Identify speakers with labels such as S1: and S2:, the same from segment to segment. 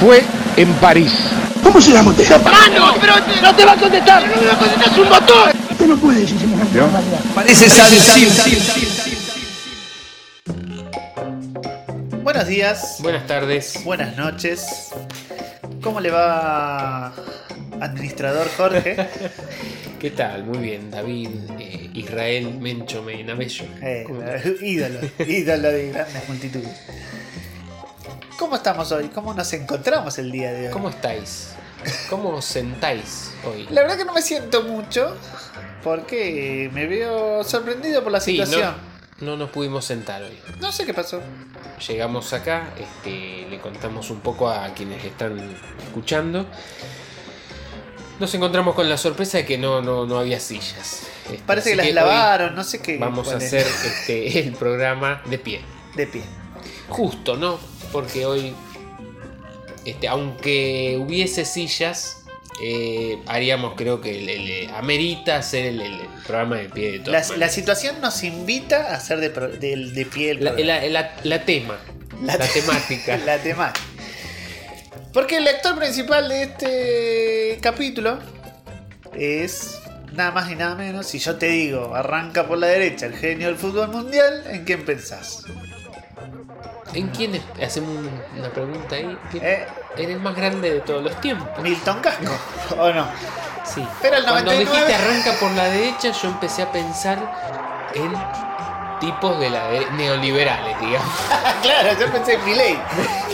S1: fue en París.
S2: ¿Cómo se la contesta?
S3: ¡Mano! ¡Pero Ah, no te va a contestar! ¡No me va a contestar, es un botón!
S2: Usted no puede decir semejante barbaridad.
S4: Parece Sadie Sim.
S5: Buenos días,
S6: Buenas tardes.
S5: buenas noches. ¿Cómo le va, administrador Jorge?
S6: ¿Qué tal? Muy bien, David, eh, Israel, Mencho, Menabello.
S5: Eh,
S6: ¿Cómo estás?
S5: ídolo, ídolo de grandes multitudes. ¿Cómo estamos hoy? ¿Cómo nos encontramos el día de hoy?
S6: ¿Cómo estáis? ¿Cómo os sentáis hoy?
S5: La verdad que no me siento mucho porque me veo sorprendido por la
S6: Sí, no,
S5: situación.
S6: no nos pudimos sentar hoy.
S5: no. sé qué pasó.
S6: Llegamos acá, este, le contamos un poco a quienes están escuchando. Nos encontramos con la sorpresa de que no, no, no había sillas. Este,
S5: Parece
S6: así
S5: que las
S6: hoy
S5: lavaron, no sé qué.
S6: Vamos a
S5: cuál es.
S6: hacer este, el programa de pie.
S5: de pie.
S6: Justo, ¿no? Porque hoy, este, aunque hubiese sillas, eh, haríamos, creo que el, el- amerita hacer el, el- el programa de pie de todo.
S5: La, la situación nos invita a hacer de, pro- del- de pie el
S6: la,
S5: programa.
S6: la- la- la tema,
S5: La
S6: la,
S5: te-
S6: temática.
S5: la temática. Porque el actor principal de este capítulo es nada más y nada menos. Si yo te digo, arranca por la derecha el genio del fútbol mundial, ¿en quién pensás?
S6: ¿En quién es? Hacemos un- una pregunta ahí. ¿Quién-
S5: Eh.
S6: Era el más grande de todos los tiempos.
S5: ¿Milton Casco? ¿O no?
S6: Sí.
S5: Pero el
S6: Cuando
S5: 99
S6: dijiste arranca por la derecha, yo empecé a pensar en tipos de la dere- neoliberales, digamos.
S5: claro, yo pensé en Miley.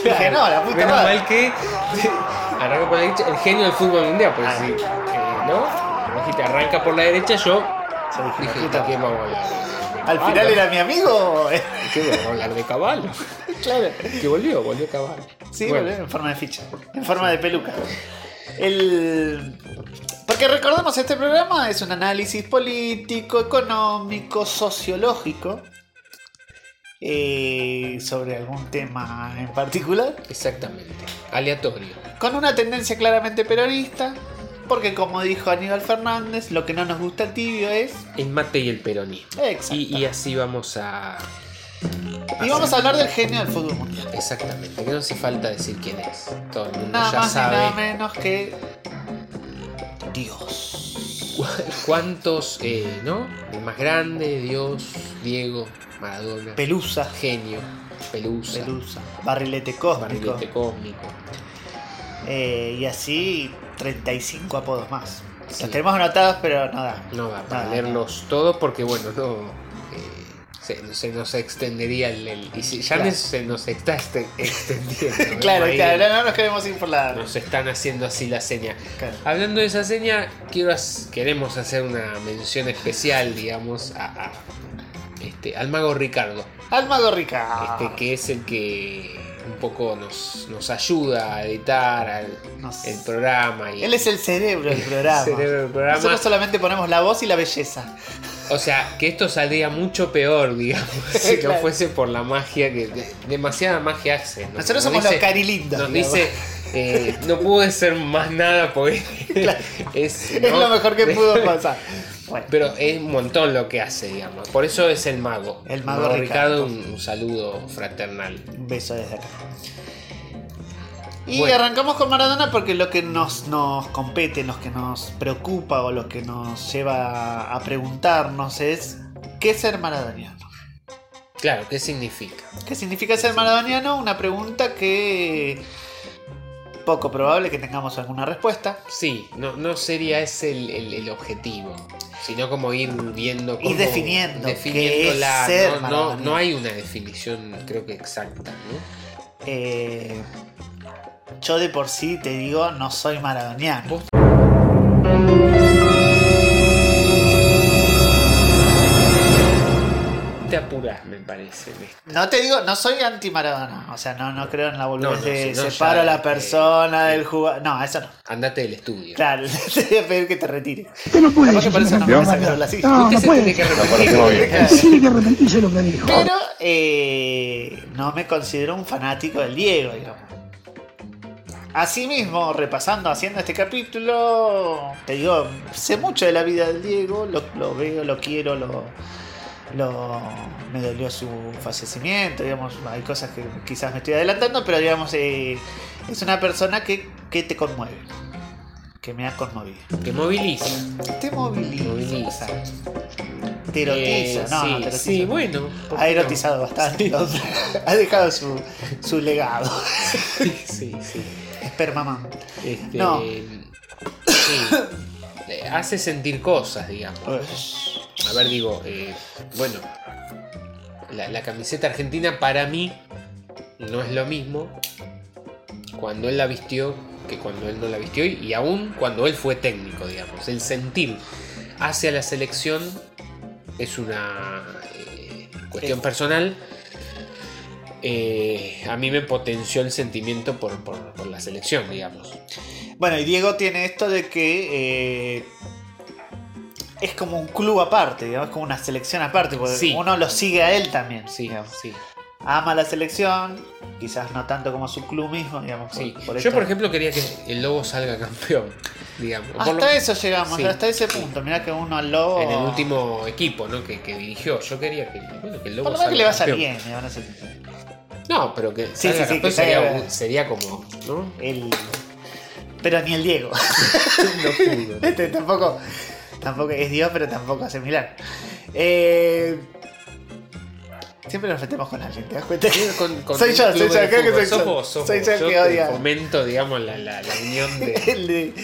S5: Dije, no, la puta
S6: Menos
S5: madre.
S6: mal que arranca por la derecha el genio del fútbol mundial, porque
S5: Ah.
S6: si eh, no, dijiste arranca por la derecha, yo
S5: Yo dije,
S6: dije,
S5: la puta
S6: ¿de qué
S5: madre.
S6: vamos a hablar?
S5: Al final era mi amigo.
S6: ¿Qué vamos a hablar de caballo?
S5: claro.
S6: Que volvió, volvió caballo.
S5: Sí,
S6: Bueno,
S5: boludo, en forma de ficha, en forma de peluca. El... Porque recordemos, este programa es un análisis político, económico, sociológico eh, sobre algún tema en particular,
S6: Exactamente. Aleatorio.
S5: con una tendencia claramente peronista, porque como dijo Aníbal Fernández, lo que no nos gusta el tibio es...
S6: El mate y el peronismo.
S5: Exacto.
S6: Y, y así vamos a.
S5: Y vamos a hablar del genio del fútbol mundial.
S6: Exactamente. Que no hace falta decir quién es. Todo el mundo
S5: Nada
S6: ya
S5: más
S6: sabe.
S5: y nada menos que... Dios.
S6: cu- ¿Cuántos, eh, no? El más grande, Dios, Diego, Maradona.
S5: Pelusa.
S6: Genio, Pelusa,
S5: Pelusa. Barrilete cósmico.
S6: Barrilete Cósmico.
S5: Eh, y así 35 apodos más. Los
S6: Sí.
S5: tenemos anotados, pero no da.
S6: No da para
S5: No,
S6: leerlos todos porque, bueno, no. eh, se, se nos extendería el. el- y si ya
S5: Claro.
S6: nos- se nos está este- extendiendo. ¿eh?
S5: Claro,
S6: Ahí
S5: claro, no, no nos queremos ir por la.
S6: Nos están haciendo así la seña.
S5: Claro.
S6: Hablando de esa seña, quiero hac- queremos hacer una mención especial, digamos, a, a- este, al mago Ricardo.
S5: Almago Rica.
S6: este, que es el que un poco nos, nos ayuda a editar al-
S5: Nos-
S6: el programa. Y,
S5: Él es el cerebro del programa.
S6: cerebro del programa.
S5: Nosotros solamente ponemos la voz y la belleza.
S6: O sea, que esto saldría mucho peor, digamos, si
S5: Claro.
S6: no fuese por la magia que de- demasiada magia hace. ¿no?
S5: Nosotros
S6: Nos
S5: somos
S6: dice-
S5: los carilindos.
S6: Nos
S5: digamos.
S6: dice, eh, no pude ser más nada porque es,
S5: Es
S6: ¿no?
S5: lo mejor que pudo pasar. Bueno,
S6: Pero es un montón lo que hace, digamos. Por eso es el mago.
S5: El mago Ricardo.
S6: Ricardo, un, un saludo fraternal.
S5: un beso desde acá. Y
S6: Bueno.
S5: arrancamos con Maradona porque lo que nos, nos compete, lo que nos preocupa o lo que nos lleva a preguntarnos es ¿qué es ser maradoniano?
S6: Claro, ¿qué significa?
S5: ¿Qué significa ser maradoniano? Una pregunta que poco probable que tengamos alguna respuesta.
S6: Sí, no, no sería ese el, el- el objetivo, sino como ir viendo cómo...
S5: Ir definiendo qué es
S6: definiéndola,
S5: ser
S6: no, no,
S5: maradoniano.
S6: no hay una definición, creo que exacta, ¿no?
S5: Eh, yo de por sí te digo, no soy maradoniano.
S6: Vos- Te apurás, me parece. en esto.
S5: No te digo, no soy anti-maradona. O sea, no, no creo en la boludez
S6: No, no,
S5: de
S6: si no,
S5: separo
S6: ya,
S5: a la
S6: eh,
S5: persona del jugador. No, eso no.
S6: Andate del estudio.
S5: Claro, te voy a pedir que te retires.
S2: Usted no puede
S5: Capaz
S2: decir
S5: que por eso no me
S2: semejante
S5: sacaron la
S2: barbaridad.
S5: silla.
S2: No,
S6: Usted
S2: no
S6: se tiene
S2: puede.
S6: que arrepentir.
S2: Usted tiene que arrepentirse de lo que dijo.
S5: Pero eh, no me considero un fanático del Diego, digamos. Asimismo, repasando, haciendo este capítulo, te digo, sé mucho de la vida del Diego, lo, lo veo, lo quiero, lo, lo- me dolió su fallecimiento, digamos, hay cosas que quizás me estoy adelantando, pero digamos, eh, Es una persona que, que te conmueve. Que me ha conmovido.
S6: Que moviliza.
S5: Te moviliza.
S6: Moviliza.
S5: Te erotiza.
S6: Eh, sí,
S5: no, no, ah, te erotiza.
S6: sí, bueno. ¿por
S5: Ha
S6: qué no?
S5: erotizado bastante. entonces, ha dejado su, su legado.
S6: Sí, sí, sí.
S5: Espermamán.
S6: Este,
S5: No.
S6: sí. Eh, Hace sentir cosas, digamos. A ver, digo, eh, bueno, la, la camiseta argentina para mí no es lo mismo cuando él la vistió que cuando él no la vistió y, y aún cuando él fue técnico, digamos. El sentir hacia la selección es una eh, cuestión personal. Eh, a mí me potenció el sentimiento por, por- por la selección, digamos.
S5: Bueno, y Diego tiene esto de que eh, es como un club aparte, digamos, es como una selección aparte, porque
S6: Sí.
S5: uno lo sigue a él también.
S6: Sí,
S5: digamos.
S6: sí.
S5: Ama la selección, quizás no tanto como su club mismo, digamos. por-
S6: sí.
S5: por
S6: Yo,
S5: esto.
S6: por ejemplo, quería que el Lobo salga campeón, digamos. Por
S5: Hasta
S6: lo-
S5: eso llegamos,
S6: Sí.
S5: hasta ese punto. Mirá que uno al lobo.
S6: en el último equipo ¿no? que, que dirigió. Yo quería que, bueno, que el Lobo
S5: Por lo menos que le va a salir
S6: campeón.
S5: bien, le van a salir bien.
S6: No, pero que
S5: Sí,
S6: salga
S5: sí, sí,
S6: campeón
S5: que salga-
S6: sería, un- sería como. ¿no?
S5: El- Pero ni el Diego.
S6: No pudo.
S5: Este tampoco, tampoco es Dios, pero tampoco hace milagro. Eh, siempre nos metemos con alguien, ¿te das cuenta?
S6: Con- con
S5: soy
S6: un
S5: yo,
S6: club
S5: soy yo,
S6: de
S5: creo que
S6: fútbol.
S5: soy yo.
S6: Sos vos, sos
S5: Soy
S6: vos.
S5: yo el que
S6: te
S5: odia.
S6: fomento, digamos, la, la- la unión de.
S5: El de-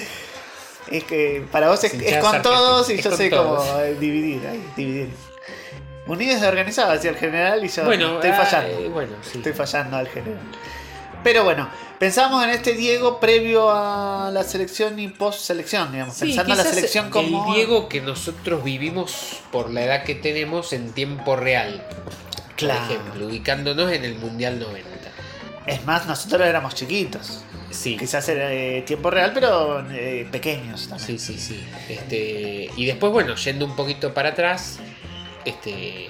S5: es que para vos es,
S6: Sin
S5: es
S6: chance
S5: con
S6: argentina,
S5: todos y
S6: es
S5: yo
S6: con
S5: sé
S6: todos.
S5: cómo eh, dividir, ay, dividir. Unidos de organizados hacia el general y yo
S6: Bueno,
S5: estoy
S6: ah,
S5: fallando.
S6: eh, bueno, sí.
S5: Estoy fallando al general. Pero bueno, pensamos en este Diego previo a la selección y post selección, digamos.
S6: Sí,
S5: pensando en la
S6: quizás
S5: selección como.
S6: El Diego que nosotros vivimos por la edad que tenemos en tiempo real.
S5: Claro.
S6: Por ejemplo, ubicándonos en el Mundial 90.
S5: Es más, nosotros éramos chiquitos.
S6: Sí.
S5: Quizás era eh, tiempo real, pero eh, pequeños
S6: Sí,
S5: también.
S6: sí, sí. Este, y después, bueno, yendo un poquito para atrás, este,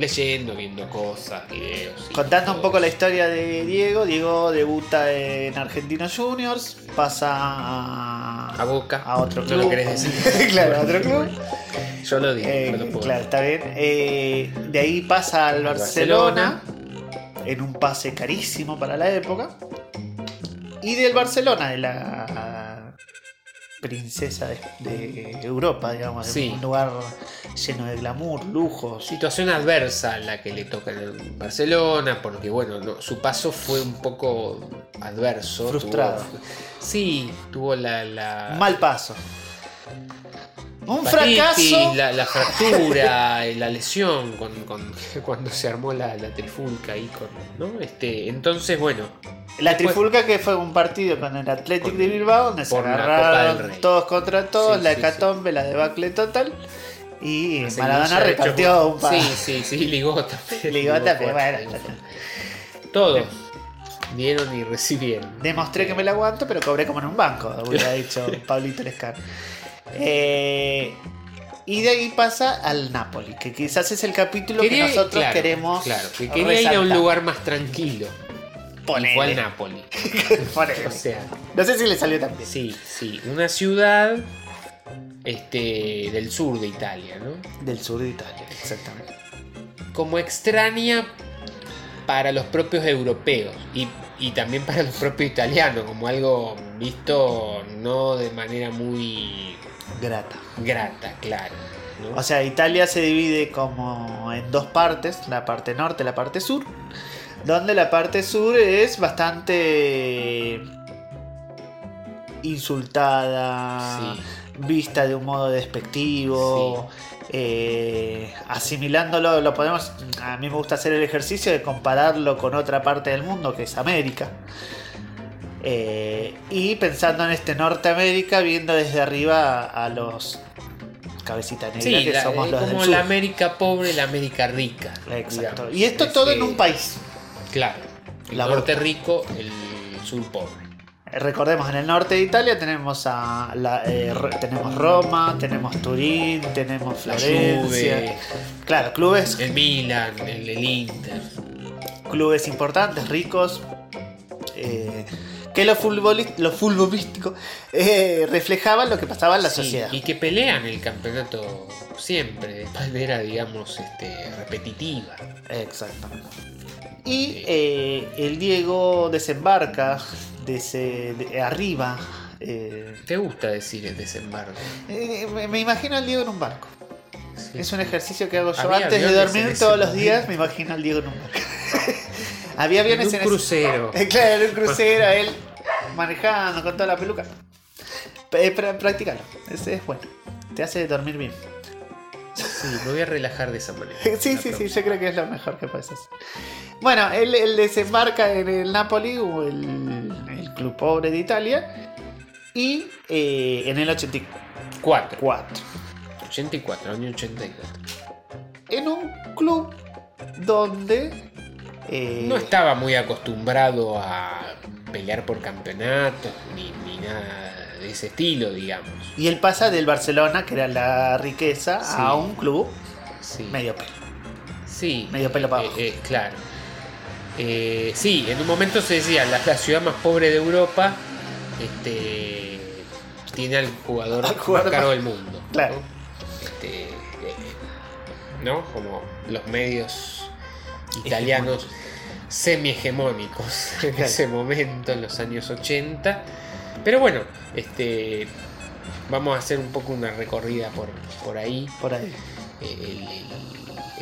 S6: leyendo, viendo cosas, videos. y
S5: Contando
S6: todo
S5: un poco la
S6: eso.
S5: historia de Diego, Diego debuta en Argentinos Juniors, pasa a,
S6: A Boca.
S5: a otro
S6: No
S5: club.
S6: lo querés decir.
S5: claro, a otro club.
S6: Yo lo digo,
S5: Eh,
S6: no lo puedo.
S5: claro, está bien. Eh, de ahí pasa al Barcelona,
S6: Barcelona.
S5: en un pase carísimo para la época. Y del Barcelona, de la princesa de, de Europa, digamos, de
S6: Sí.
S5: un lugar lleno de glamour, lujos.
S6: Situación adversa la que le toca en el Barcelona, porque bueno, no, su paso fue un poco adverso. tuvo-
S5: Frustrado.
S6: sí, tuvo la. la
S5: Un mal paso. Un
S6: hepatitis,
S5: fracaso.
S6: La, la fractura, eh, la lesión con- con- cuando se armó la, la trifulca ahí con. ¿no? Este, entonces, bueno,
S5: La
S6: Después-
S5: trifulca que fue un partido con el Athletic
S6: Con-
S5: de Bilbao, donde se
S6: por la Copa del
S5: agarraron
S6: Rey.
S5: todos contra todos,
S6: Sí,
S5: la
S6: sí,
S5: hecatombe, la debacle total. Y
S6: Semilla
S5: Maradona
S6: de
S5: repartió
S6: chocolate.
S5: un par.
S6: Sí, sí, sí, Ligota. también.
S5: Ligota,
S6: Ligó
S5: pero
S6: fuerte,
S5: bueno.
S6: ligó. Todos dieron y recibieron.
S5: Demostré que me la aguanto, pero cobré como en un banco, hubiera dicho Pablito Lescar. Eh, y de ahí pasa al Napoli, que quizás es el capítulo
S6: Quería-
S5: que nosotros
S6: claro,
S5: queremos.
S6: Claro, que quería ir a un
S5: resaltar.
S6: lugar más tranquilo.
S5: Ponele,
S6: Y fue al Napoli.
S5: ponele.
S6: O sea,
S5: No sé si le salió tan bien.
S6: sí, sí. Una ciudad este, del sur de Italia, ¿no?
S5: Del sur de Italia, exactamente.
S6: como extraña para los propios europeos y, y también para los propios italianos, como algo visto no de manera muy
S5: Grata.
S6: grata, claro. ¿no?
S5: O sea, Italia se divide como en dos partes, la parte norte y la parte sur, donde la parte sur es bastante insultada,
S6: Sí.
S5: vista de un modo despectivo, eh, asimilándolo, lo podemos, a mí me gusta hacer el ejercicio de compararlo con otra parte del mundo que es América. Eh, y pensando en este Norteamérica, viendo desde arriba a, a los cabecitas negras
S6: Sí,
S5: que
S6: la-
S5: somos
S6: eh,
S5: los del
S6: como
S5: sur.
S6: la América pobre, la América rica.
S5: Exacto.
S6: digamos.
S5: Y esto todo en
S6: Ese-
S5: un país.
S6: Claro. El
S5: La
S6: norte rico, el sur pobre.
S5: Recordemos, en el norte de Italia tenemos a la- eh, Ro- tenemos Roma, tenemos Turín, tenemos
S6: La
S5: Florencia.
S6: Juve,
S5: Claro, clubes,
S6: el Milan, el, el Inter.
S5: clubes importantes, ricos, eh, que lo, futbolist- lo futbolístico eh, reflejaba lo que pasaba en la
S6: Sí,
S5: sociedad.
S6: Y que pelean el campeonato siempre, de manera, digamos, este, repetitiva.
S5: Exactamente. Y eh, el Diego desembarca desde de- arriba. eh,
S6: ¿Te gusta decir el desembarco?
S5: eh, me, me imagino al Diego en un barco.
S6: Sí.
S5: Es un ejercicio que hago yo
S6: Había
S5: antes de
S6: aviones en
S5: dormir
S6: ese
S5: todos los
S6: momento.
S5: días. Me imagino al Diego en un barco. Había
S6: En
S5: aviones
S6: un
S5: en ese-
S6: crucero.
S5: Eh, Claro, en un crucero, él manejando con toda la peluca. Eh, pra- Practicalo, ese es bueno. Te hace dormir bien.
S6: Sí, me voy a relajar de esa manera.
S5: Sí,
S6: La
S5: sí, sí,
S6: próxima.
S5: yo creo que es lo mejor que puedes hacer. Bueno, él, él desembarca en el Napoli, o el, el club pobre de Italia, y eh, en el 84,
S6: Cuatro. 84, año 84.
S5: en un club donde... eh,
S6: No estaba muy acostumbrado a pelear por campeonatos ni, ni nada de ese estilo, digamos.
S5: Y él pasa del Barcelona, que era la riqueza,
S6: Sí.
S5: a un club
S6: Sí.
S5: medio pelo.
S6: Sí.
S5: Medio pelo para
S6: Eh,
S5: abajo.
S6: eh, claro. Eh, sí, en un momento se decía, la, la ciudad más pobre de Europa este, tiene al jugador,
S5: Al jugador
S6: más caro
S5: más-
S6: del mundo.
S5: Claro.
S6: ¿no? Este, eh, ¿no? Como los medios italianos semi-hegemónicos en
S5: Claro.
S6: ese momento, en los años 80. Pero bueno, este, vamos a hacer un poco una recorrida por, por ahí Eh,
S5: Por ahí.
S6: el, el-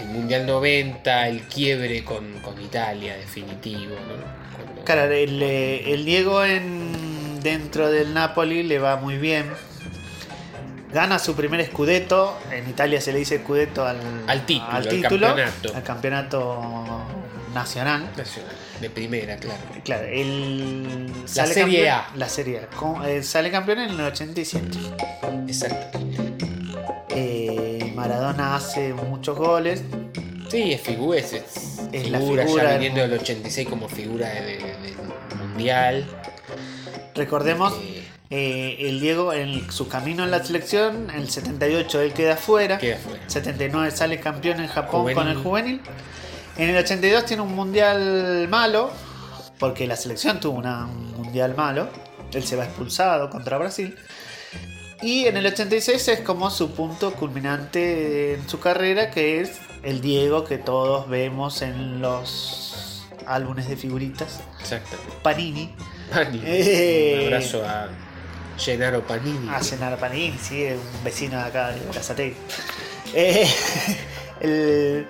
S6: el Mundial 90, el quiebre con, con Italia definitivo, ¿no? Cuando-
S5: Claro, el, eh, el Diego en, dentro del Napoli le va muy bien. Gana su primer scudetto. En Italia se le dice scudetto al,
S6: Al título, al campeonato.
S5: al campeonato nacional.
S6: Nacional, de primera, claro.
S5: Claro, él
S6: Serie
S5: campeón-
S6: A.
S5: La Serie A. Con- eh, sale campeón en el 87.
S6: Exacto.
S5: Eh, Maradona hace muchos goles.
S6: Sí, es figura, es, es
S5: Es la
S6: figura,
S5: figura
S6: ya
S5: del
S6: viniendo del 86 como figura de- de- del Mundial.
S5: Recordemos,
S6: Eh.
S5: eh, el Diego en su camino en la selección, en el 78 él queda fuera.
S6: Queda fuera.
S5: 79 sale campeón en Japón
S6: Juvenil.
S5: con el juvenil. En el 82 tiene un mundial malo, porque la selección tuvo una- un mundial malo. Él se va expulsado contra Brasil. Y en el 86 es como su punto culminante en su carrera, que es el Diego que todos vemos en los álbumes de figuritas.
S6: Exacto.
S5: Panini.
S6: Panini.
S5: Eh.
S6: Un abrazo a Gennaro Panini.
S5: a Ah, cenar panín, sí, es un vecino de acá de Casate. Eh, el,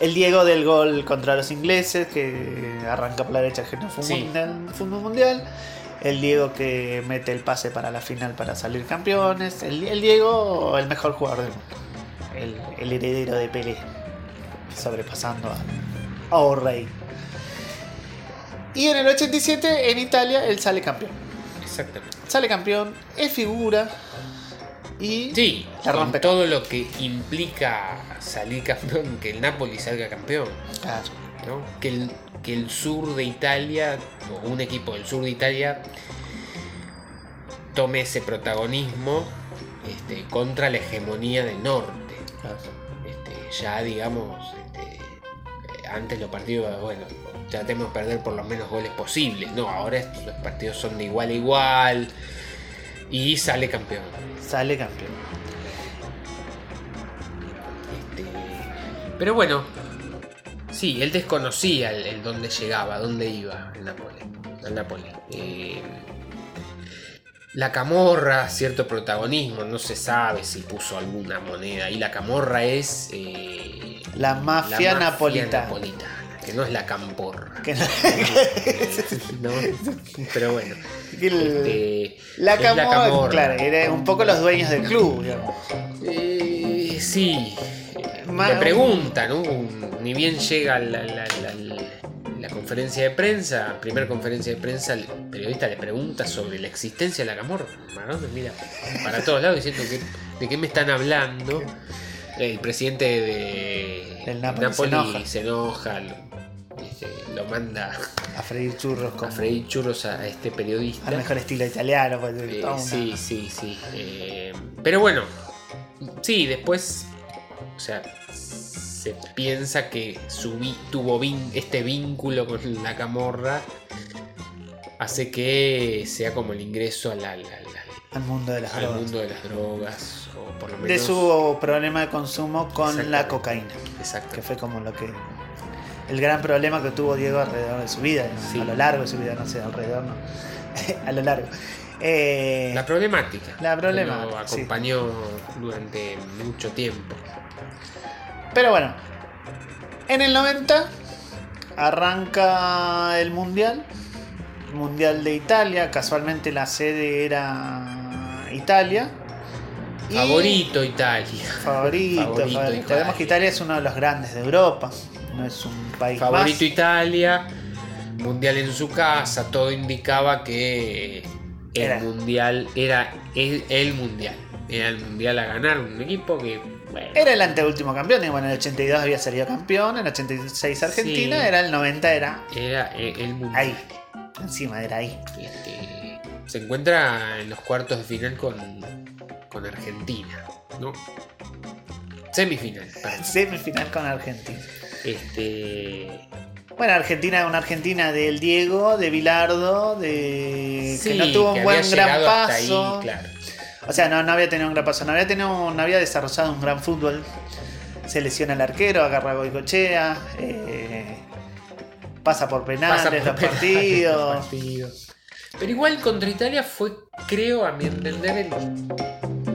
S5: el Diego del gol contra los ingleses, que arranca por la derecha el genio fútbol,
S6: Sí.
S5: mundial, fútbol mundial. El Diego que mete el pase para la final para salir campeones. El, el Diego, el mejor jugador del mundo. El, el heredero de Pelé. Sobrepasando a, a O'Reilly. Y en el 87, en Italia, él sale campeón
S6: Exactamente.
S5: sale campeón, es figura y
S6: Sí,
S5: La
S6: con
S5: rompe.
S6: todo lo que implica salir campeón, que el Napoli salga campeón.
S5: Claro,
S6: ¿no? Que, el, que el sur de Italia, o un equipo del sur de Italia, tome ese protagonismo este, contra la hegemonía del norte. Este, ya, digamos, este, eh, antes los partidos, bueno, tratemos de perder por los menos goles posibles. No, ahora estos- los partidos son de igual a igual y sale campeón.
S5: sale campeón.
S6: Este, pero bueno, sí, él desconocía el, el dónde llegaba, dónde iba el Napoli. al Napoli. Eh, la camorra, cierto protagonismo, no se sabe si puso alguna moneda. Y la camorra es eh,
S5: La
S6: la
S5: mafia napolitana.
S6: napolitana, que no es la camporra.
S5: Que no-
S6: ¿no? Pero bueno.
S5: que el-
S6: este,
S5: la,
S6: es la
S5: camorra,
S6: camorra.
S5: claro, era un poco los dueños del club, digamos.
S6: Eh, sí.
S5: Ma-
S6: Me preguntan, ¿no? Un- ni bien llega la, la- la- la- la conferencia de prensa, primera conferencia de prensa, el periodista le pregunta sobre la existencia de la camorra. Maradona mira para todos lados diciendo que, de qué me están hablando. El presidente de
S5: Del Napoli se enoja.
S6: se enoja, lo, este, lo manda
S5: A freír churros
S6: a
S5: con
S6: freír churros a, a este periodista.
S5: al mejor estilo italiano. pues,
S6: Eh,
S5: toda una-
S6: sí, sí, sí. eh, pero bueno, sí, después, o sea, se piensa que su vi- tuvo vin- este vínculo con la camorra hace que sea como el ingreso a la- la- la-
S5: Al mundo de las
S6: al
S5: drogas.
S6: mundo de las drogas, o por lo menos...
S5: De su problema de consumo con la
S6: Exactamente.
S5: cocaína.
S6: Exacto.
S5: Que fue como lo que. El gran problema que tuvo Diego alrededor de su vida. ¿no?
S6: Sí.
S5: A lo largo de su vida, no sé, alrededor no. a lo largo. Eh,
S6: La problemática.
S5: La
S6: que
S5: problemática,
S6: lo
S5: sí.
S6: acompañó durante mucho tiempo.
S5: Pero bueno, en el 90 arranca el Mundial, Mundial de Italia, casualmente la sede era Italia. Y-
S6: Favorito Italia.
S5: Favorito,
S6: Favorito
S5: favorito.
S6: Italia.
S5: Recordemos que Italia es uno de los grandes de Europa, no es un país
S6: Favorito
S5: más.
S6: Italia. Mundial en su casa. Todo indicaba que el
S5: Era.
S6: mundial era el, el mundial. Era el mundial a ganar un equipo que. Bueno,
S5: Era el anteúltimo campeón, y bueno, en el 82 había salido campeón, en el 86 Argentina,
S6: Sí.
S5: era el 90, era
S6: era e- el mundial.
S5: ahí, encima era ahí.
S6: Este, se encuentra en los cuartos de final con, con Argentina, ¿no? Semifinal, perdón.
S5: Semifinal con Argentina.
S6: Este,
S5: Bueno, Argentina, una Argentina del Diego, de Bilardo, de que
S6: sí,
S5: no tuvo un
S6: que
S5: buen
S6: había
S5: gran
S6: llegado hasta
S5: paso.
S6: ahí, claro.
S5: O sea, no, no había tenido un gran paso, no había, tenido, no había desarrollado un gran fútbol. Se lesiona el arquero, agarra a Goicochea, eh, pasa por penales
S6: Pasa por
S5: los
S6: penales,
S5: partidos.
S6: los partidos. Pero igual contra Italia fue, creo, a mi entender,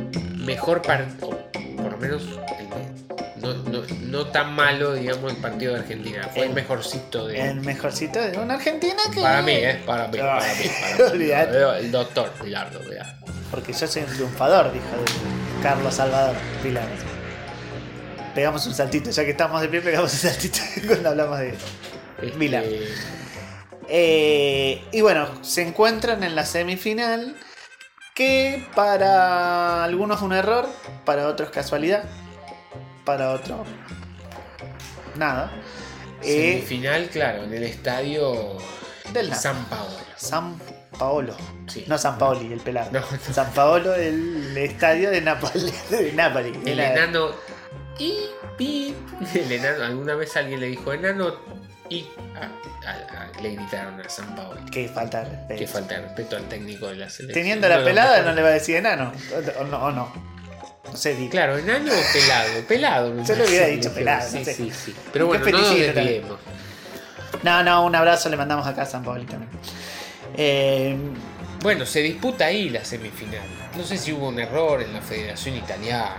S6: el mejor partido. Por lo menos el que- no, no- no tan malo, digamos, el partido de Argentina. Fue el,
S5: El-
S6: mejorcito de.
S5: El mejorcito de una Argentina que.
S6: Para mí, ¿eh? Para mí, para mí. Para mí.
S5: Olvidate.
S6: Lo veo El doctor Pilardo, mirá.
S5: Porque yo soy un triunfador, dijo el- Carlos Salvador Pilar. Pegamos un saltito, ya que estamos de pie, pegamos un saltito cuando hablamos de eso.
S6: Este,
S5: Pilar. Eh, y bueno, se encuentran en la semifinal, que para algunos un error, para otros casualidad, para otros nada. Eh,
S6: Semifinal, claro, en el estadio
S5: Del Napoli.
S6: San Paolo.
S5: San Paolo.
S6: Sí.
S5: No San Paoli, el pelado.
S6: No.
S5: San Paolo, el estadio de Nápoles. De Nápoles.
S6: El
S5: Era-
S6: enano. Y pi. El enano. Alguna vez alguien le dijo enano y. ah, ah, ah, le gritaron a San Paolo.
S5: Qué falta de respeto.
S6: Que falta de respeto al técnico de la selección.
S5: Este. Teniendo
S6: Uno
S5: la
S6: de los
S5: pelada
S6: mejores.
S5: no le va a decir enano. O- O no. O no. no sé, di.
S6: Claro, enano o pelado. Pelado. me
S5: Yo le
S6: parece
S5: hubiera
S6: que
S5: dicho
S6: dijeron.
S5: pelado,
S6: Sí,
S5: no sé.
S6: sí, sí. Pero
S5: Qué
S6: bueno, no nos
S5: felicito también.
S6: desviemos.
S5: No, no, un abrazo le mandamos acá a San Paoli también. Eh,
S6: Bueno, se disputa ahí la semifinal. No sé si hubo un error en la Federación Italiana,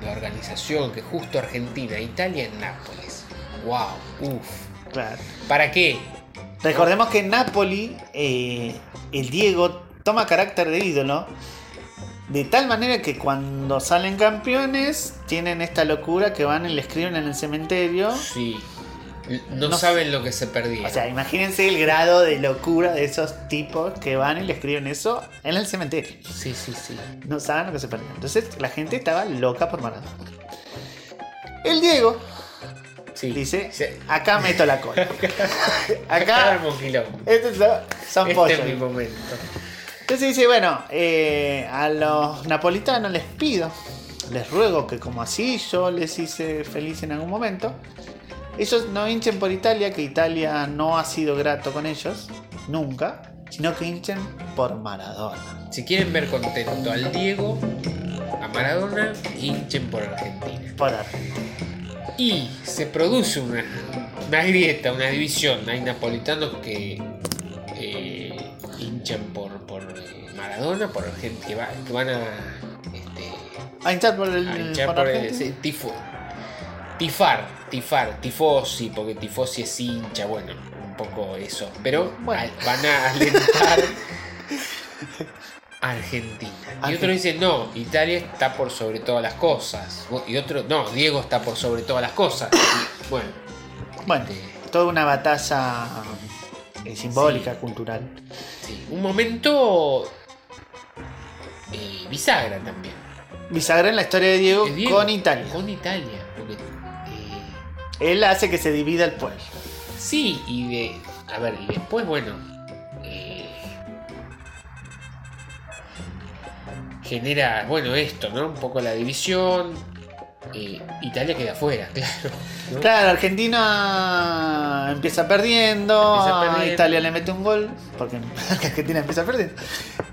S6: en la organización, que justo Argentina, Italia en Nápoles. ¡Wow! ¡Uf!
S5: claro.
S6: ¿Para qué?
S5: Recordemos que en Napoli eh, el Diego toma carácter de ídolo de tal manera que cuando salen campeones tienen esta locura que van y le escriben en el cementerio.
S6: Sí. No,
S5: No
S6: saben lo que se perdieron.
S5: O sea, imagínense el grado de locura de esos tipos que van y le escriben eso en el cementerio.
S6: sí, sí, sí.
S5: No saben lo que se perdió. Entonces la gente estaba loca por Maradona. El Diego
S6: sí.
S5: dice,
S6: Se-
S5: acá meto la cola. acá,
S6: arma un quilombo.
S5: estos son, son
S6: Este
S5: pollos.
S6: es mi momento.
S5: Entonces dice, bueno, eh, a los napolitanos les pido, les ruego que como así yo les hice feliz en algún momento, ellos no hinchen por Italia, que Italia no ha sido grato con ellos, nunca, sino que hinchen por Maradona.
S6: Si quieren ver contento al Diego, a Maradona, hinchen por Argentina.
S5: Por Argentina.
S6: Y se produce una, una grieta, una división. Hay napolitanos que eh, hinchan por, por eh, Maradona, por gente que, va- que van a, este,
S5: A hinchar por el...
S6: a hinchar por,
S5: por
S6: el
S5: Mm, Argentina.
S6: sí, tifo, tifar, tifar, tifosi, porque tifosi es hincha, bueno, un poco eso. Pero
S5: Bueno.
S6: al- van a alentar a Argentina. Y
S5: Argen-
S6: otro dice, no, Italia está por sobre todas las cosas. Y otro, no, Diego está por sobre todas las cosas. Y, bueno,
S5: Bueno, toda una batalla eh, simbólica, cultural.
S6: sí, un momento eh, bisagra también.
S5: Bisagra en la historia de Diego,
S6: De Diego
S5: con Italia.
S6: Con Italia, porque... eh,
S5: Él hace que se divida el pueblo.
S6: Sí, y de. A ver, y después, bueno. eh, genera, bueno, esto, ¿no? Un poco la división. eh, Italia queda fuera, claro. ¿no?
S5: Claro, Argentina empieza perdiendo, ah,
S6: Empieza perdiendo.
S5: Italia le mete un gol, porque Argentina empieza perdiendo.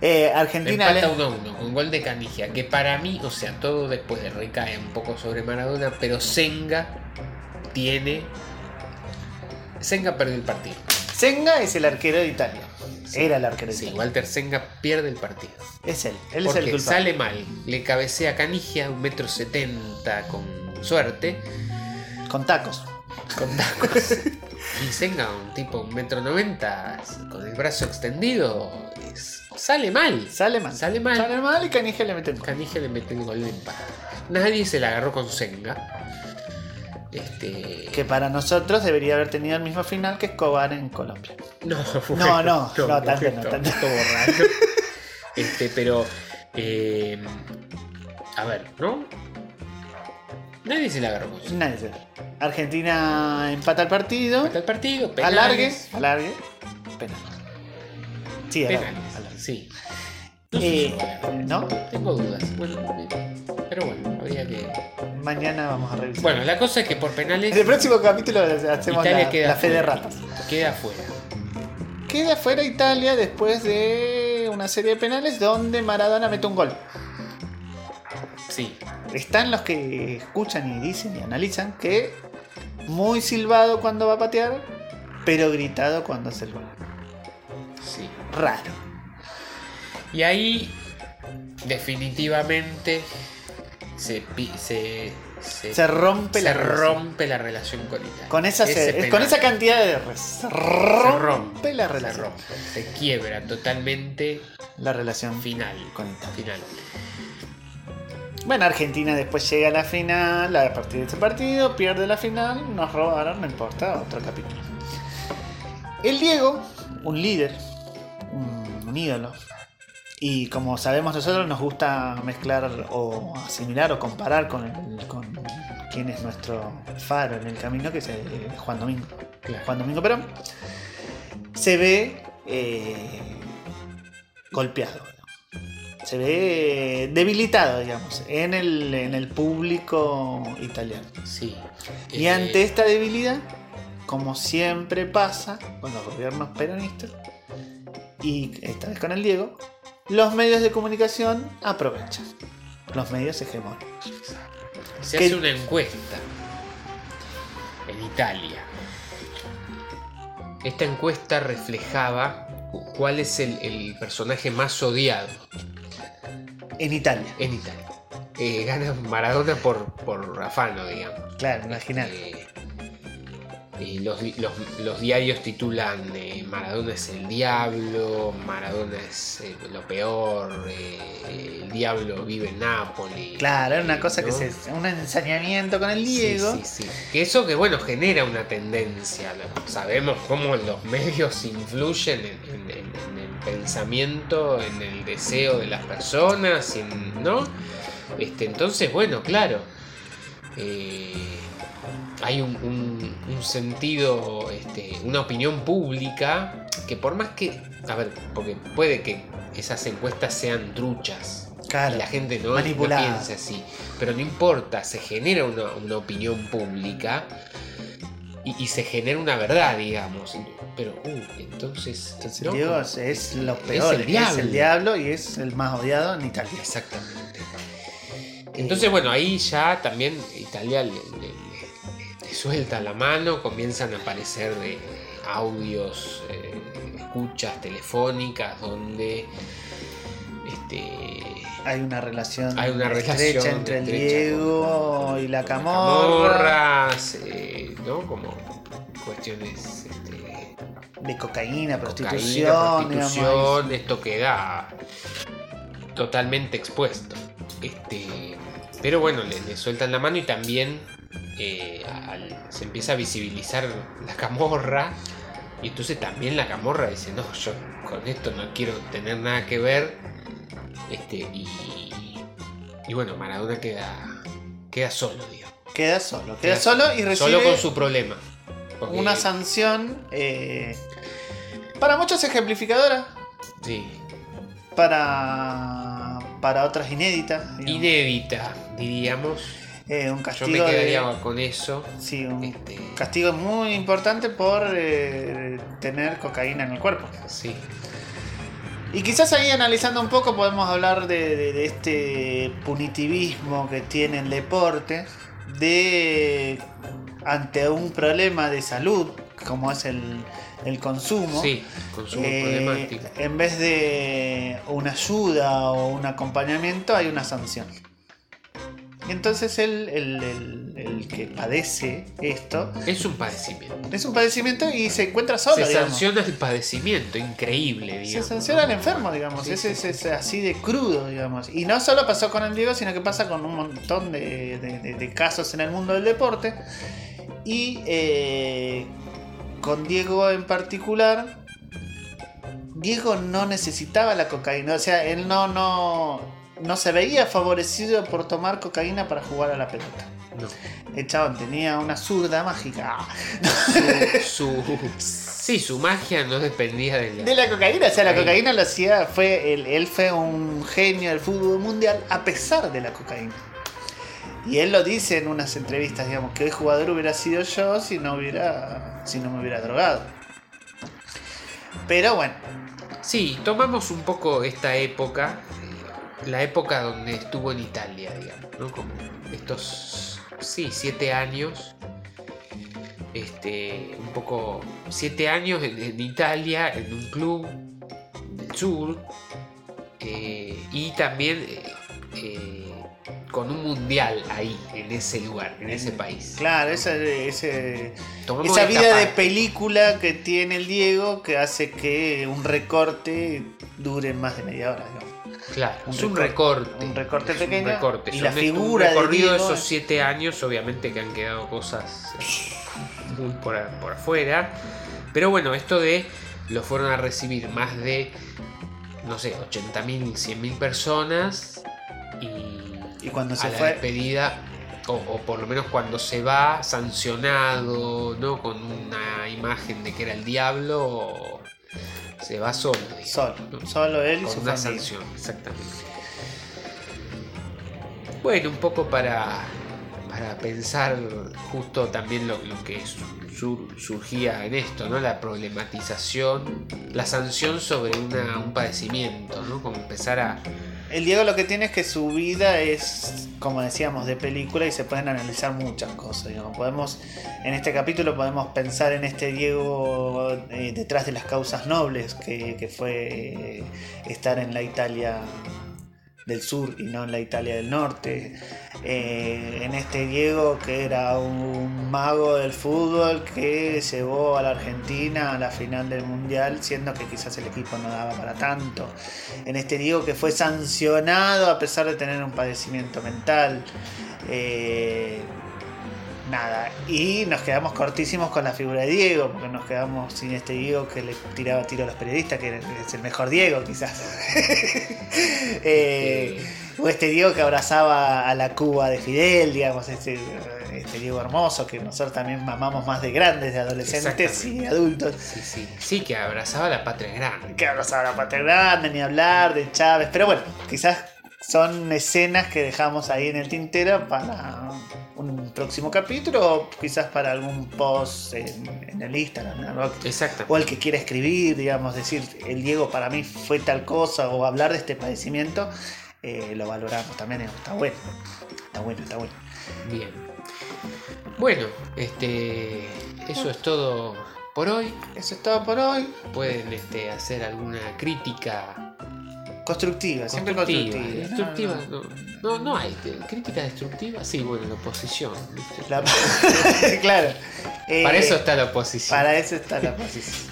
S5: Eh, Argentina le...
S6: Empata 1 1 con gol de Canigia, que para mí, o sea, todo después recae un poco sobre Maradona, pero Senga tiene. Senga perdió el partido.
S5: Senga es el arquero de Italia. Era el arquero de
S6: Sí,
S5: Italia.
S6: Walter Senga pierde el partido.
S5: Es él, él es el
S6: Porque
S5: culpable.
S6: sale mal, le cabecea a Canigia, un metro setenta con suerte,
S5: Con tacos.
S6: con tacos. y Senga, un tipo un metro noventa, con el brazo extendido, es- sale mal.
S5: Sale mal.
S6: Sale mal.
S5: Sale mal y Canija le mete un gol.
S6: Canija le mete el gol de empate. Nadie se la agarró con Senga. Este.
S5: Que para nosotros debería haber tenido el mismo final que Escobar en Colombia.
S6: No,
S5: No, no, no, tanto no, tanto.
S6: esto borracho. Este, pero. eh, a ver, ¿no? Nadie se la agarró con Senga.
S5: Nadie se- Argentina empata el partido.
S6: Empata el partido,
S5: Alargue.
S6: penales.
S5: Alargue. Penal. Sí, alargue,
S6: Penales,
S5: alargue.
S6: sí.
S5: Eh, ¿No?
S6: Tengo dudas. Bueno, eh, pero bueno, habría que.
S5: Mañana vamos a revisar.
S6: Bueno, la cosa es que por penales.
S5: en el próximo capítulo hacemos
S6: Italia
S5: la,
S6: queda
S5: la fe de
S6: fuera.
S5: ratas.
S6: Queda fuera.
S5: Queda fuera Italia después de una serie de penales donde Maradona mete un gol.
S6: Sí.
S5: Están los que escuchan y dicen y analizan que muy silbado cuando va a patear, pero gritado cuando hace el gol.
S6: Sí.
S5: Raro.
S6: Y ahí definitivamente se, pi- se, se-
S5: Se rompe
S6: se
S5: la relación.
S6: rompe la relación con Italia.
S5: Con esa,
S6: Ese
S5: se-
S6: penal
S5: con esa cantidad de errores. Se rompe,
S6: rompe,
S5: la
S6: se
S5: relación.
S6: rompe, se quiebra totalmente
S5: La relación
S6: final.
S5: con Italia.
S6: Final.
S5: Bueno, Argentina después llega a la final, a partir de este partido, pierde la final, nos robaron, no importa, otro capítulo. El Diego, un líder, un, un ídolo, y como sabemos nosotros nos gusta mezclar o asimilar o comparar con, el- con quien es nuestro faro en el camino, que es eh, Juan Domingo.
S6: Claro.
S5: Juan Domingo Perón, se ve eh, golpeado, digamos. se ve debilitado, digamos, en el, en el público italiano.
S6: Sí.
S5: Y
S6: Eh,
S5: ante esta debilidad, como siempre pasa con los gobiernos peronistas, y esta vez con el Diego, los medios de comunicación aprovechan. Los medios hegemónicos.
S6: se
S5: que-
S6: hace una encuesta en Italia. Esta encuesta reflejaba cu- cuál es el- el personaje más odiado
S5: En Italia,
S6: en Italia. Eh, gana Maradona por, por afano, digamos.
S5: claro, imagínate.
S6: Eh, eh, los, di- los- los diarios titulan eh, Maradona es el diablo, Maradona es eh, lo peor, eh, el diablo vive en Nápoles.
S5: Claro, era una cosa que
S6: ¿no?
S5: se. un ensañamiento con el
S6: Sí,
S5: Diego.
S6: Sí, sí, Que eso que bueno genera una tendencia. lo- Sabemos cómo los medios influyen en, en- en- en el pensamiento, en el deseo de las personas, en- ¿no? Este, entonces, bueno, claro. eh, hay un, un- un sentido, este, una opinión pública que por más que. A ver, porque puede que esas encuestas sean truchas.
S5: Claro.
S6: Y la gente no, no
S5: Manipulada.
S6: piensa así. Pero no importa, se genera una, una opinión pública y, y se genera una verdad, digamos. Pero, uh, entonces.
S5: Entonces,
S6: no,
S5: Diego es, es lo peor, es el, diablo. y es el más odiado en Italia.
S6: Exactamente. Entonces, bueno, ahí ya también Italia le, le- le- le suelta la mano, comienzan a aparecer eh, audios, eh, escuchas telefónicas donde este,
S5: Hay una relación
S6: Hay una
S5: estrecha
S6: relación
S5: entre el
S6: estrecha
S5: Diego y la camorra,
S6: camorras, eh, ¿no? Como cuestiones este,
S5: de cocaína, prostitución,
S6: prostitución,
S5: digamos,
S6: prostitución esto queda totalmente expuesto. Este, pero bueno, le, le sueltan la mano y también eh, al- se empieza a visibilizar la camorra. Y entonces también la camorra dice, no, yo con esto no quiero tener nada que ver. Este, y, y bueno, Maradona queda, queda solo, digamos.
S5: y Queda solo, queda solo y recibe
S6: Solo con su problema. Porque-
S5: una sanción eh, para muchos ejemplificadora,
S6: Sí,
S5: para, para otras inéditas. digamos.
S6: inédita, diríamos.
S5: eh, un
S6: Yo
S5: castigo
S6: me quedaría
S5: de-
S6: con eso.
S5: sí, un
S6: Este-
S5: castigo muy importante por eh, tener cocaína en el cuerpo.
S6: Sí.
S5: Y quizás ahí analizando un poco podemos hablar de, de- de este punitivismo que tiene el deporte, de ante un problema de salud como es el, el consumo.
S6: Sí, consumo
S5: eh,
S6: problemático.
S5: en vez de una ayuda o un acompañamiento, hay una sanción. Y entonces el, el- el- el que padece esto
S6: Es un padecimiento.
S5: es un padecimiento y se encuentra solo.
S6: se
S5: digamos.
S6: sanciona el padecimiento, increíble,
S5: Se
S6: digamos.
S5: sanciona al enfermo, digamos.
S6: Sí,
S5: es,
S6: sí.
S5: es- es así de crudo, digamos. Y no solo pasó con el Diego, sino que pasa con un montón de, de- de- de casos en el mundo del deporte. Y eh, con Diego en particular, Diego no necesitaba la cocaína. O sea, él no, no, no se veía favorecido por tomar cocaína para jugar a la pelota.
S6: No.
S5: El chabón tenía una zurda mágica.
S6: Su, sí, su magia no dependía de la,
S5: De la cocaína, o sea, la
S6: Ahí.
S5: cocaína lo hacía, fue, él, él fue un genio del fútbol mundial a pesar de la cocaína. Y él lo dice en unas entrevistas, digamos, que el jugador hubiera sido yo si no hubiera, si no me hubiera drogado. Pero bueno,
S6: Sí, tomamos un poco esta época, eh, la época donde estuvo en Italia, digamos, ¿no? Como estos, sí, siete años, este, un poco, siete años en, en Italia, en un club del sur, eh, y también eh, eh, con un mundial ahí, en ese lugar, en ese país.
S5: claro, esa, ese-
S6: Tomamos
S5: esa
S6: esta
S5: vida de
S6: parte.
S5: película que tiene el Diego que hace que un recorte dure más de media hora, digamos.
S6: Claro,
S5: Un
S6: es un
S5: recorte,
S6: recorte.
S5: un recorte
S6: es
S5: pequeño,
S6: Un recorte.
S5: y
S6: Son
S5: la
S6: estos-
S5: figura
S6: Un
S5: de
S6: recorrido de
S5: Diego
S6: esos
S5: es-
S6: siete años, obviamente que han quedado cosas eh, muy por, a- por afuera. Pero bueno, esto de lo fueron a recibir más de, no sé, 80.000, 100.000 personas. Y,
S5: Y cuando se
S6: a la
S5: fue-
S6: despedida, o, o por lo menos cuando se va sancionado, ¿no? Con una imagen de que era el diablo, se va solo. digamos,
S5: Solo,
S6: ¿no?
S5: solo él y
S6: con
S5: su
S6: una
S5: familia.
S6: sanción, exactamente. Bueno, un poco para, para pensar justo también lo, lo que su- sur- surgía en esto, ¿no? La problematización, la sanción sobre una- un padecimiento, ¿no? Como empezar a...
S5: El Diego lo que tiene es que su vida es, como decíamos, de película y se pueden analizar muchas cosas. digamos. Podemos, en este capítulo podemos pensar en este Diego eh, detrás de las causas nobles, que, que fue eh, estar en la Italia del sur y no en la Italia del norte. Eh, en este Diego que era un mago del fútbol que llevó a la Argentina a la final del mundial, siendo que quizás el equipo no daba para tanto en este Diego que fue sancionado a pesar de tener un padecimiento mental. Eh, nada, y nos quedamos cortísimos con la figura de Diego, porque nos quedamos sin este Diego que le tiraba tiro a los periodistas, que es el mejor Diego quizás. Eh, o este Diego que abrazaba a la Cuba de Fidel, digamos, este, este Diego hermoso que nosotros también mamamos más de grandes, de adolescentes y
S6: Exactamente.
S5: de adultos
S6: Sí, sí, sí, que abrazaba la patria grande.
S5: que abrazar a Patria Grande, ni hablar de Chávez, pero bueno, quizás son escenas que dejamos ahí en el tintero para un próximo capítulo o quizás para algún post en, en el Instagram, ¿no?
S6: Exactamente.
S5: o el que quiera escribir, digamos, decir, el Diego para mí fue tal cosa o hablar de este padecimiento, eh, lo valoramos también, digamos, está bueno, está bueno, está bueno.
S6: Bien. Bueno, este... Eso es todo por hoy.
S5: Eso es todo por hoy.
S6: Pueden este, hacer alguna crítica
S5: Constructiva, siempre
S6: constructiva,
S5: constructiva. ¿no?
S6: destructiva, no, no, no hay eh, crítica destructiva, sí, bueno, la oposición. ¿viste?
S5: La- claro. Eh,
S6: para eso está la oposición.
S5: Para eso está la posición.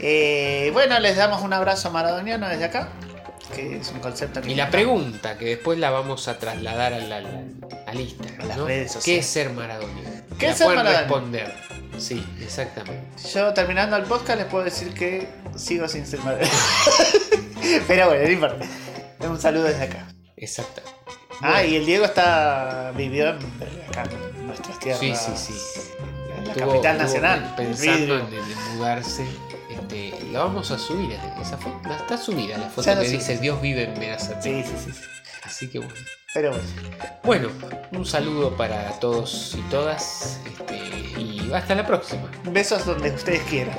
S5: Eh, bueno, les damos un abrazo maradoniano desde acá, que es un concepto que
S6: Y la pregunta, que después la vamos a trasladar a la, la- al Instagram,
S5: A las
S6: ¿no?
S5: redes sociales.
S6: ¿Qué es ser Maradona?
S5: ¿Qué
S6: la
S5: es ser
S6: pueden
S5: Maradona?
S6: responder. Sí, exactamente.
S5: Yo terminando el podcast les puedo decir que sigo sin ser maradoniano. Pero bueno, no importa. Un saludo desde acá.
S6: Exactamente.
S5: Ah, y el Diego está vivió en acá, en nuestras tierras.
S6: Sí, sí, sí.
S5: En la
S6: Estuvo-
S5: capital
S6: estuvo
S5: nacional.
S6: Pensando
S5: Vidrio.
S6: en, en mudarse. Este, la vamos a subir, esa foto. Está subida la foto
S5: Ya la
S6: que
S5: subí.
S6: dice Dios vive en Verazategui.
S5: Sí, sí, sí, sí.
S6: Así que bueno.
S5: Pero bueno.
S6: Bueno, un saludo para todos y todas. este, y hasta la próxima.
S5: Besos donde ustedes quieran.